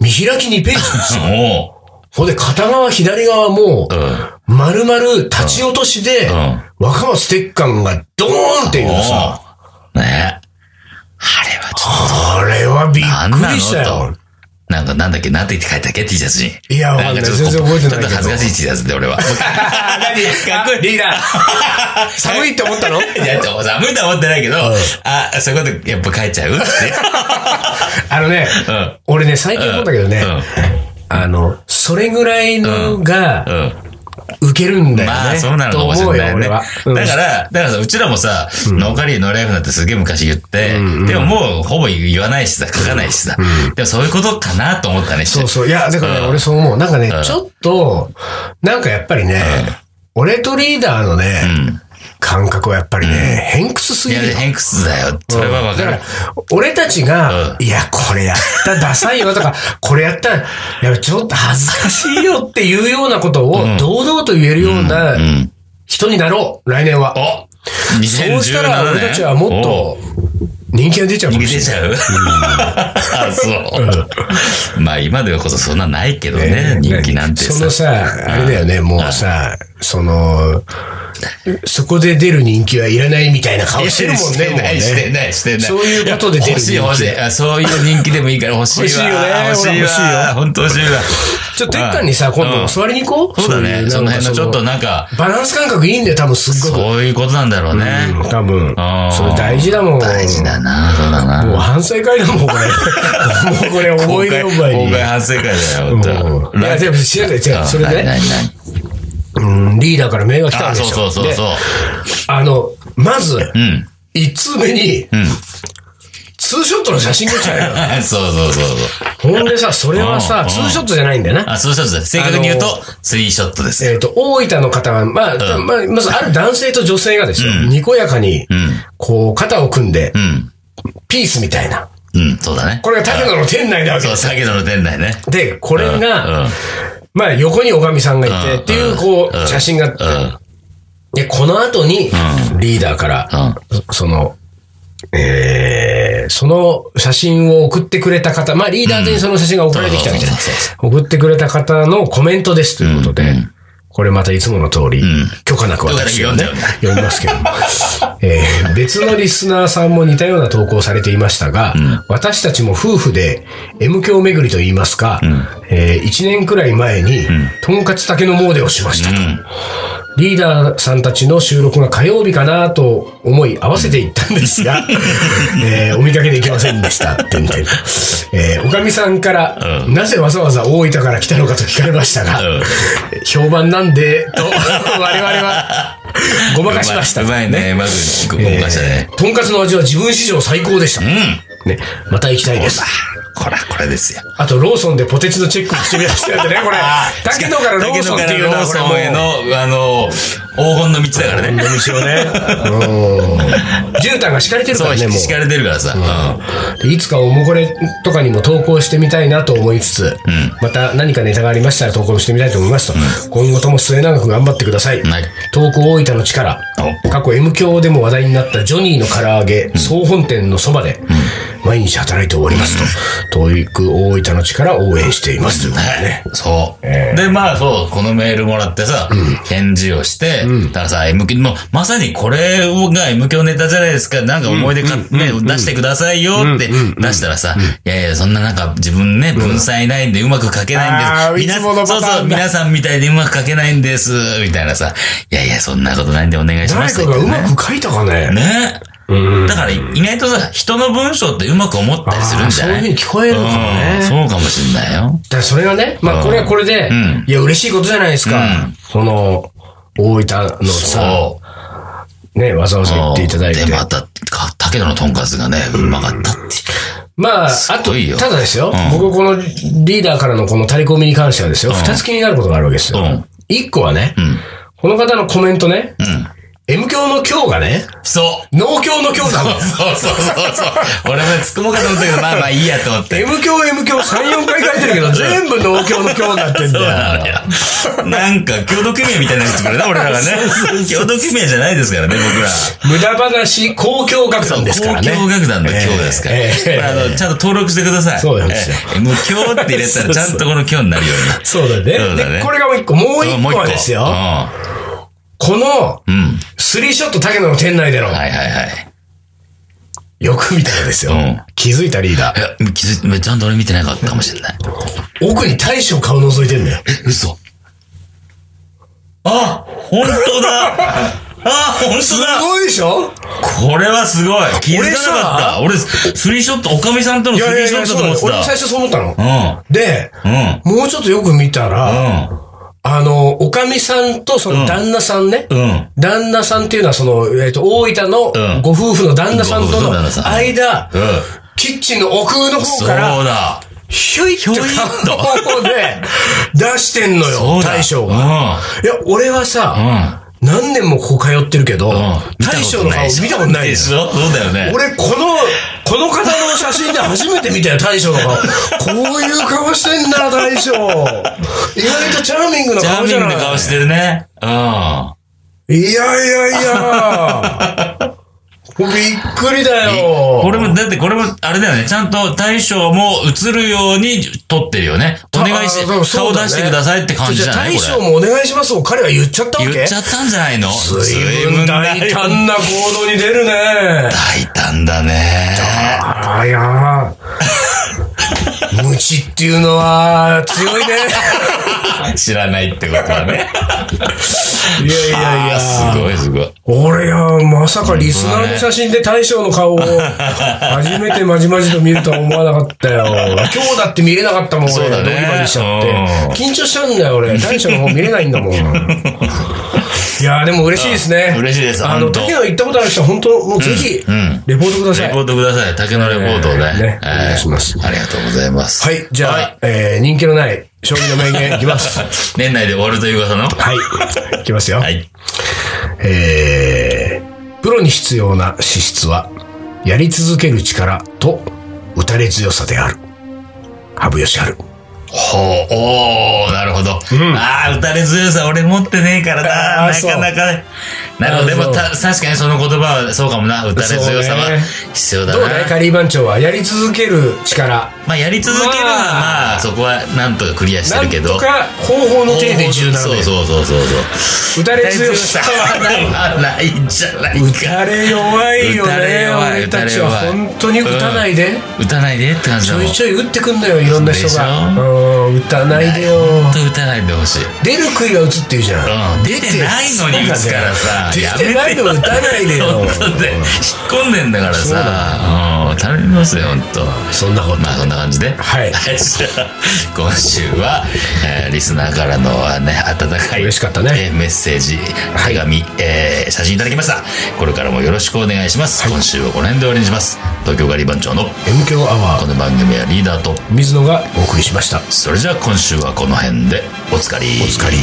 Speaker 3: 見開き2ページですよ。
Speaker 2: おう
Speaker 3: ほんで片側左側も
Speaker 2: う、ん。
Speaker 3: 丸々立ち落としで
Speaker 2: うんうん、
Speaker 3: 若松鉄幹がドーンっていうさ、
Speaker 2: おうねえ。あれはちょっ
Speaker 3: あれはびっ
Speaker 2: と、なん
Speaker 3: く
Speaker 2: な
Speaker 3: りした
Speaker 2: の
Speaker 3: よ
Speaker 2: と。。なんか、なんだっけ、なんて言って書いたっけ ?T シャツに。
Speaker 3: いやわかんない
Speaker 2: んかちょっと
Speaker 3: 全然覚えてないけど
Speaker 2: ちょっと恥ずかしい T シャツで、俺 は。かっこいい。
Speaker 3: リーダー、寒いって思ったの
Speaker 2: いや、寒いとは思ってないけど、あ、そういうこと、やっぱ書いちゃうって。
Speaker 3: あのね、
Speaker 2: うん
Speaker 3: 俺ね、最近思ったけどね、あの、それぐらいの
Speaker 2: う
Speaker 3: が、
Speaker 2: ん。うん。
Speaker 3: 受けるんだよね。
Speaker 2: まあ、そうなのかもし
Speaker 3: と
Speaker 2: れ
Speaker 3: 思う
Speaker 2: な
Speaker 3: よ
Speaker 2: いね。
Speaker 3: 俺
Speaker 2: だ
Speaker 3: は
Speaker 2: か。
Speaker 3: うん
Speaker 2: ら、だからさ、うちらもさ、ノーカリーノーライフなんてすげえ昔言って、でももうほぼ言わないしさ、書かないしさ。でもそういうことかなと思ったね、
Speaker 3: そうそう。いや、だからね、俺そう思う。なんかね、ちょっと、なんかやっぱりね、俺とリーダーのね、感覚はやっぱりね、偏屈す
Speaker 2: い
Speaker 3: ぎ
Speaker 2: や、
Speaker 3: るよ。
Speaker 2: 偏屈だよ。それはわか
Speaker 3: だか。
Speaker 2: る
Speaker 3: ら、俺たちが、いや、これやった、ダサいよとか、 これやったら、いや、ちょっと恥ずかしいよっていうようなことを、堂々と言えるような人になろう、来年は。
Speaker 2: お
Speaker 3: そうしたら、俺たちはもっと、人気が出ちゃうか
Speaker 2: 逃
Speaker 3: も
Speaker 2: げ
Speaker 3: しれ
Speaker 2: 出
Speaker 3: ない。
Speaker 2: ちゃう あ、そう。まあ今ではこそそんなないけどね、人気なんて
Speaker 3: その
Speaker 2: さ。
Speaker 3: さ、あれだよね、もうさ、その、そこで出る人気はいらないみたいな顔してるもんね。
Speaker 2: してない、
Speaker 3: もうね
Speaker 2: してない、してない。
Speaker 3: そういうことで出る
Speaker 2: 欲しい、欲しい。あそういう人気でもいいから欲しいわ。
Speaker 3: 欲しいよね
Speaker 2: 欲しい
Speaker 3: 俺欲しい
Speaker 2: わ。
Speaker 3: よ
Speaker 2: 本当欲しいわ。
Speaker 3: ちょっと、てっかんにさ、今
Speaker 2: う
Speaker 3: 度
Speaker 2: ん
Speaker 3: 教わりに行こう
Speaker 2: そうだね。その辺のちょっと。
Speaker 3: い
Speaker 2: なんか、
Speaker 3: バランス感覚いいんだよ、多分すっごく。
Speaker 2: そういうことなんだろうね。
Speaker 3: うん多分
Speaker 2: あー。
Speaker 3: それ大事だもん。
Speaker 2: 大事だな、そうだな。
Speaker 3: もう反省会だ もん、これ。もうこれ思い出
Speaker 2: 公
Speaker 3: お
Speaker 2: 開
Speaker 3: 前に。
Speaker 2: 公開反省会だよ、本
Speaker 3: うんいや、でも、違う違う違う。それでね、うんリーダーからメールが来たん
Speaker 2: あ、
Speaker 3: で
Speaker 2: そう
Speaker 3: す
Speaker 2: そう
Speaker 3: よ。
Speaker 2: そうそう。
Speaker 3: であの、まず、
Speaker 2: うん。
Speaker 3: 一通目に、ツーショットの写真が来た のよ。
Speaker 2: そうそうそうそう。
Speaker 3: ほんでさ、それは
Speaker 2: うん
Speaker 3: さ、ツーショットじゃないんだよな。
Speaker 2: あ、そういうショットです。正確に言うと、スリーショットです。
Speaker 3: えっと、大分の方が、まあ、まあまずある男性と女性がですよ、にこやかに、こう、肩を組んで
Speaker 2: う、ん。
Speaker 3: ピースみたいな。
Speaker 2: うん、そうだね。
Speaker 3: これが竹野の店内なわけ
Speaker 2: そう、先ほどの店内ね。
Speaker 3: で、これ
Speaker 2: うん
Speaker 3: が、まあ、横におかみさんがいて、っていう、こ
Speaker 2: うん
Speaker 3: う、写真があって
Speaker 2: うん、
Speaker 3: で、この後に、リーダーから、その、えーその写真を送ってくれた方、まあ、リーダーにその写真が送られてきたわけじゃない
Speaker 2: そうそうそ
Speaker 3: 送ってくれた方のコメントですということで、これまたいつもの通り、許可なく私をね
Speaker 2: 許可なく、
Speaker 3: 読みますけども、えー別のリスナーさんも似たような投稿をされていましたが、私たちも夫婦で M 教巡りと言いますか、え1年くらい前に、とんかつ竹の詣をしましたと。リーダーさんたちの収録が火曜日かなと思い合わせて行ったんです が、えーお見かけできませんでしたってみたいな。えーおかみさんから、なぜわざわざ大分から来たのかと聞かれましたが、
Speaker 2: うん
Speaker 3: 評判なんで、と 我々はごまかしました。
Speaker 2: うまいね。うまくごまかしたね。
Speaker 3: とんかつの味は自分史上最高でした。ね、また行きたいです。
Speaker 2: こら、これですよ。
Speaker 3: あと、ローソンでポテチのチェックもしてみましたよね、 これ。竹野からローソンっていうのは、これもう
Speaker 2: への、あの、黄金の道だからね。
Speaker 3: 道をね。 絨毯が敷かれてるか
Speaker 2: そう、
Speaker 3: らね、
Speaker 2: 引
Speaker 3: も
Speaker 2: きかれてるからさ。
Speaker 3: う。いつかおもこれとかにも投稿してみたいなと思いつつ、また何かネタがありましたら投稿してみたいと思いますと、今後とも末永く頑張ってください。
Speaker 2: はい
Speaker 3: 投稿大分の力、過去 M 教でも話題になったジョニーの唐揚げ、総本店のそばで、毎日働いておりますと、教育大分の力応援していますということでね。
Speaker 2: そう。で、まあそう、このメールもらってさ、返事をして、だからさ、M 教、もうまさにこれが M 教ネタじゃないですか、なんか思い出か、ね、出してくださいよって出したらさ、いやいや、そんななんか自分ね、文才ないんでうまく書け
Speaker 3: あ
Speaker 2: な
Speaker 3: ー
Speaker 2: いんです。皆
Speaker 3: いつもの
Speaker 2: そう
Speaker 3: パターンだ
Speaker 2: そう、皆さんみたいにうまく書けないんです、みたいなさ、いやいや、そんなことないんでお願いしま
Speaker 3: 誰
Speaker 2: す
Speaker 3: かがうまく書いたかね。
Speaker 2: ね。だから意外とさ、人の文章ってうまく思ったりするんじゃない
Speaker 3: あーそういう風に聞こえるのかもね
Speaker 2: うんそうかもしんないよ。
Speaker 3: だからそれがね、まあこれはこれで、
Speaker 2: ん
Speaker 3: いや、嬉しいことじゃないですか。その、大分のさ、
Speaker 2: そう。
Speaker 3: ね、わざわざ言っていただいて
Speaker 2: で、。また、か竹野のとんかつがね、うまかったって。
Speaker 3: まあ、あと、
Speaker 2: ごいよ
Speaker 3: ただですよ、
Speaker 2: うん
Speaker 3: 僕このリーダーからのこの垂れ込みに関してはですよ、二、つ気になることがあるわけです
Speaker 2: う
Speaker 3: よ
Speaker 2: ん。
Speaker 3: 一、個はね、この方のコメントね、M 教の教がね、
Speaker 2: そう。
Speaker 3: 農教の教だもん。
Speaker 2: そうそうそうそう。俺も突っ込もうかと思ったけど、まあまあいいやと思って。
Speaker 3: M 教 M 教3、4回書いてるけど、全部農教の教になってん
Speaker 2: そう
Speaker 3: だ
Speaker 2: な
Speaker 3: よ
Speaker 2: の。よ。なんか、共同組合みたいになってくるな、俺ら がね。共同組合じゃないですからね、僕ら。
Speaker 3: 無駄話、公共学
Speaker 2: そう
Speaker 3: 団ですからね。
Speaker 2: 公共楽団の今日ですから。
Speaker 3: ええええ
Speaker 2: これあの、ちゃんと登録してください。
Speaker 3: そうなんですよ
Speaker 2: ええもう今日って入れたら、ちゃんとこの今日になるよう
Speaker 3: そうだね。
Speaker 2: そうだね
Speaker 3: で、これがもう一個、もう
Speaker 2: に。
Speaker 3: 一個はですよ
Speaker 2: うん。
Speaker 3: この、
Speaker 2: うん。
Speaker 3: スリーショット竹野の店内での、
Speaker 2: はいはいはい。
Speaker 3: よく見たらですよ、
Speaker 2: うん
Speaker 3: 気づいたリーダー
Speaker 2: い、や、気づい、ちゃんと俺見てなかったかもしれない。
Speaker 3: 奥に大将顔覗いてんだよ。
Speaker 2: 嘘。あ本当 だあ本
Speaker 3: す
Speaker 2: 当だ
Speaker 3: ごいでしょ
Speaker 2: これはすごい気づかなかった俺、スリーショット、おかみさんとの
Speaker 3: い
Speaker 2: スリーショット
Speaker 3: そう
Speaker 2: と
Speaker 3: だ
Speaker 2: 思
Speaker 3: よ
Speaker 2: って
Speaker 3: 俺も最
Speaker 2: た。
Speaker 3: 初そう思ったの
Speaker 2: う。
Speaker 3: で、
Speaker 2: ん。
Speaker 3: もうちょっとよく見たら、あの、おかみさんとその旦那さんね、
Speaker 2: うん。うん。うん。
Speaker 3: 旦那さんっていうのはその、えっ、と、大分
Speaker 2: うん
Speaker 3: のご夫婦の旦那さんと
Speaker 2: ご夫婦の
Speaker 3: の
Speaker 2: 旦那さん
Speaker 3: 間、
Speaker 2: うん。
Speaker 3: キッチンの奥の方
Speaker 2: そう
Speaker 3: から、
Speaker 2: だ。
Speaker 3: ひょいっと
Speaker 2: ひょいっと
Speaker 3: 顔で出してんの
Speaker 2: そ
Speaker 3: よ、
Speaker 2: うだ。
Speaker 3: 大将が。いや、俺はさ、何年もここ通ってるけど、
Speaker 2: うん。うん。
Speaker 3: 大将の顔見たことない
Speaker 2: で
Speaker 3: です
Speaker 2: し
Speaker 3: よ。
Speaker 2: ょそうだよね。
Speaker 3: 俺、この、この方の写真で初めて見たよ、大将の顔。こういう顔してんだな、大将。意外とチャーミングな
Speaker 2: ジャー
Speaker 3: 顔
Speaker 2: ミ
Speaker 3: じ
Speaker 2: ン
Speaker 3: ゃ
Speaker 2: グ
Speaker 3: な
Speaker 2: ない顔してるね。う
Speaker 3: い
Speaker 2: ん。
Speaker 3: やいやいや。びっくりだよ。
Speaker 2: これも、だってこれも、あれだよね。ちゃんと大将も映るように撮ってるよね。お願いし、
Speaker 3: ああそう
Speaker 2: 顔出
Speaker 3: だね
Speaker 2: してくださいって感じじゃない
Speaker 3: 大
Speaker 2: こ
Speaker 3: 将もお願いしますを彼は言っちゃったわ
Speaker 2: れ。
Speaker 3: け
Speaker 2: 言っちゃったんじゃないの
Speaker 3: 随分大
Speaker 2: 随分
Speaker 3: 胆な行動に出るね。
Speaker 2: 大胆だね。
Speaker 3: あらやー。無知っていうのは強い ね。
Speaker 2: 知らないってことはね。
Speaker 3: いやいやい
Speaker 2: あー
Speaker 3: や。
Speaker 2: すごいすごい。
Speaker 3: 俺や、まさかリスナーの写真で大将の顔を初めてまじまじと見るとは思わなかったよ。今日だって見れなかったもん、
Speaker 2: そう
Speaker 3: 俺。
Speaker 2: だね
Speaker 3: ドリバリしちゃって
Speaker 2: うん。
Speaker 3: 緊張しちゃうんだよ、俺。大将の方見れないんだ もん。いやーでも嬉しいですね。
Speaker 2: 嬉しいです
Speaker 3: あの、
Speaker 2: 本当
Speaker 3: 竹野行ったことある人は本当、もうぜひ
Speaker 2: うんうん、
Speaker 3: レポートくださ
Speaker 2: レ
Speaker 3: い。
Speaker 2: ポートください。竹のレポートをね。
Speaker 3: えーね
Speaker 2: えー
Speaker 3: お願いします
Speaker 2: ありがとうございます。
Speaker 3: はい、じゃあ、えー人気のない将棋の名言いきます。は
Speaker 2: 年内で終わるという噂の。
Speaker 3: い、いきますよ。
Speaker 2: はい。
Speaker 3: えープロに必要な資質は、やり続ける力と打たれ強さである。羽生善治。
Speaker 2: ほう、おー、なるほど。ああ、打たれ強さ俺持ってねえから
Speaker 3: あ
Speaker 2: な。
Speaker 3: ー
Speaker 2: な
Speaker 3: そう
Speaker 2: かなかね。なるほど。で
Speaker 3: あー
Speaker 2: も
Speaker 3: そう
Speaker 2: た、確かにその言葉はそうかもな。打たれ強さ
Speaker 3: そう
Speaker 2: は
Speaker 3: ね
Speaker 2: 必要だ
Speaker 3: どうだい
Speaker 2: な。
Speaker 3: カリー番長は、やり続ける力。
Speaker 2: まあ、やり続けるのは、
Speaker 3: まあ
Speaker 2: まあ、そこはなんとかクリアして
Speaker 3: な
Speaker 2: る
Speaker 3: ん
Speaker 2: けど。
Speaker 3: とか方法の手で
Speaker 2: そう
Speaker 3: 柔軟
Speaker 2: そう
Speaker 3: で。
Speaker 2: そうそうそうそう。
Speaker 3: 打たれ強
Speaker 2: 強
Speaker 3: さ
Speaker 2: さ
Speaker 3: はない。
Speaker 2: はないんじゃない
Speaker 3: 打
Speaker 2: か。
Speaker 3: たれ弱いよ
Speaker 2: 打たれ
Speaker 3: ね。
Speaker 2: 弱い
Speaker 3: 俺たちは
Speaker 2: 打たれ弱い
Speaker 3: 本当に打たないで。
Speaker 2: 打たないでって感じ
Speaker 3: ち
Speaker 2: だも
Speaker 3: ょ
Speaker 2: ん。
Speaker 3: いちょい打ってくんだよ、いろんな人が。
Speaker 2: でし
Speaker 3: うん、打たないでよ。
Speaker 2: ほんと打たないでほしい。
Speaker 3: 出る杭は打つって言うじゃん。
Speaker 2: うん、出てないのに打つからさ、
Speaker 3: 出
Speaker 2: やめ
Speaker 3: てないの打たないでよ。
Speaker 2: 本当で、引っ込んでんだからさ、うん、頼みますよ、本当
Speaker 3: そんなこと。
Speaker 2: まあ、そんな感じで。
Speaker 3: はい
Speaker 2: じゃあ今週は、えーリスナーからのね、温かい。
Speaker 3: 嬉しかったね
Speaker 2: えーメッセージ、手紙、えー写真いただきました。これからもよろしくお願いします。今週はこの辺で終わりにします。東京ガリバン長の
Speaker 3: M 強アワ
Speaker 2: こ
Speaker 3: ー、
Speaker 2: の番組はリーダーと、
Speaker 3: 水野がお送りしました。
Speaker 2: それじゃあ今週はこの辺で、おつかり。おつかり。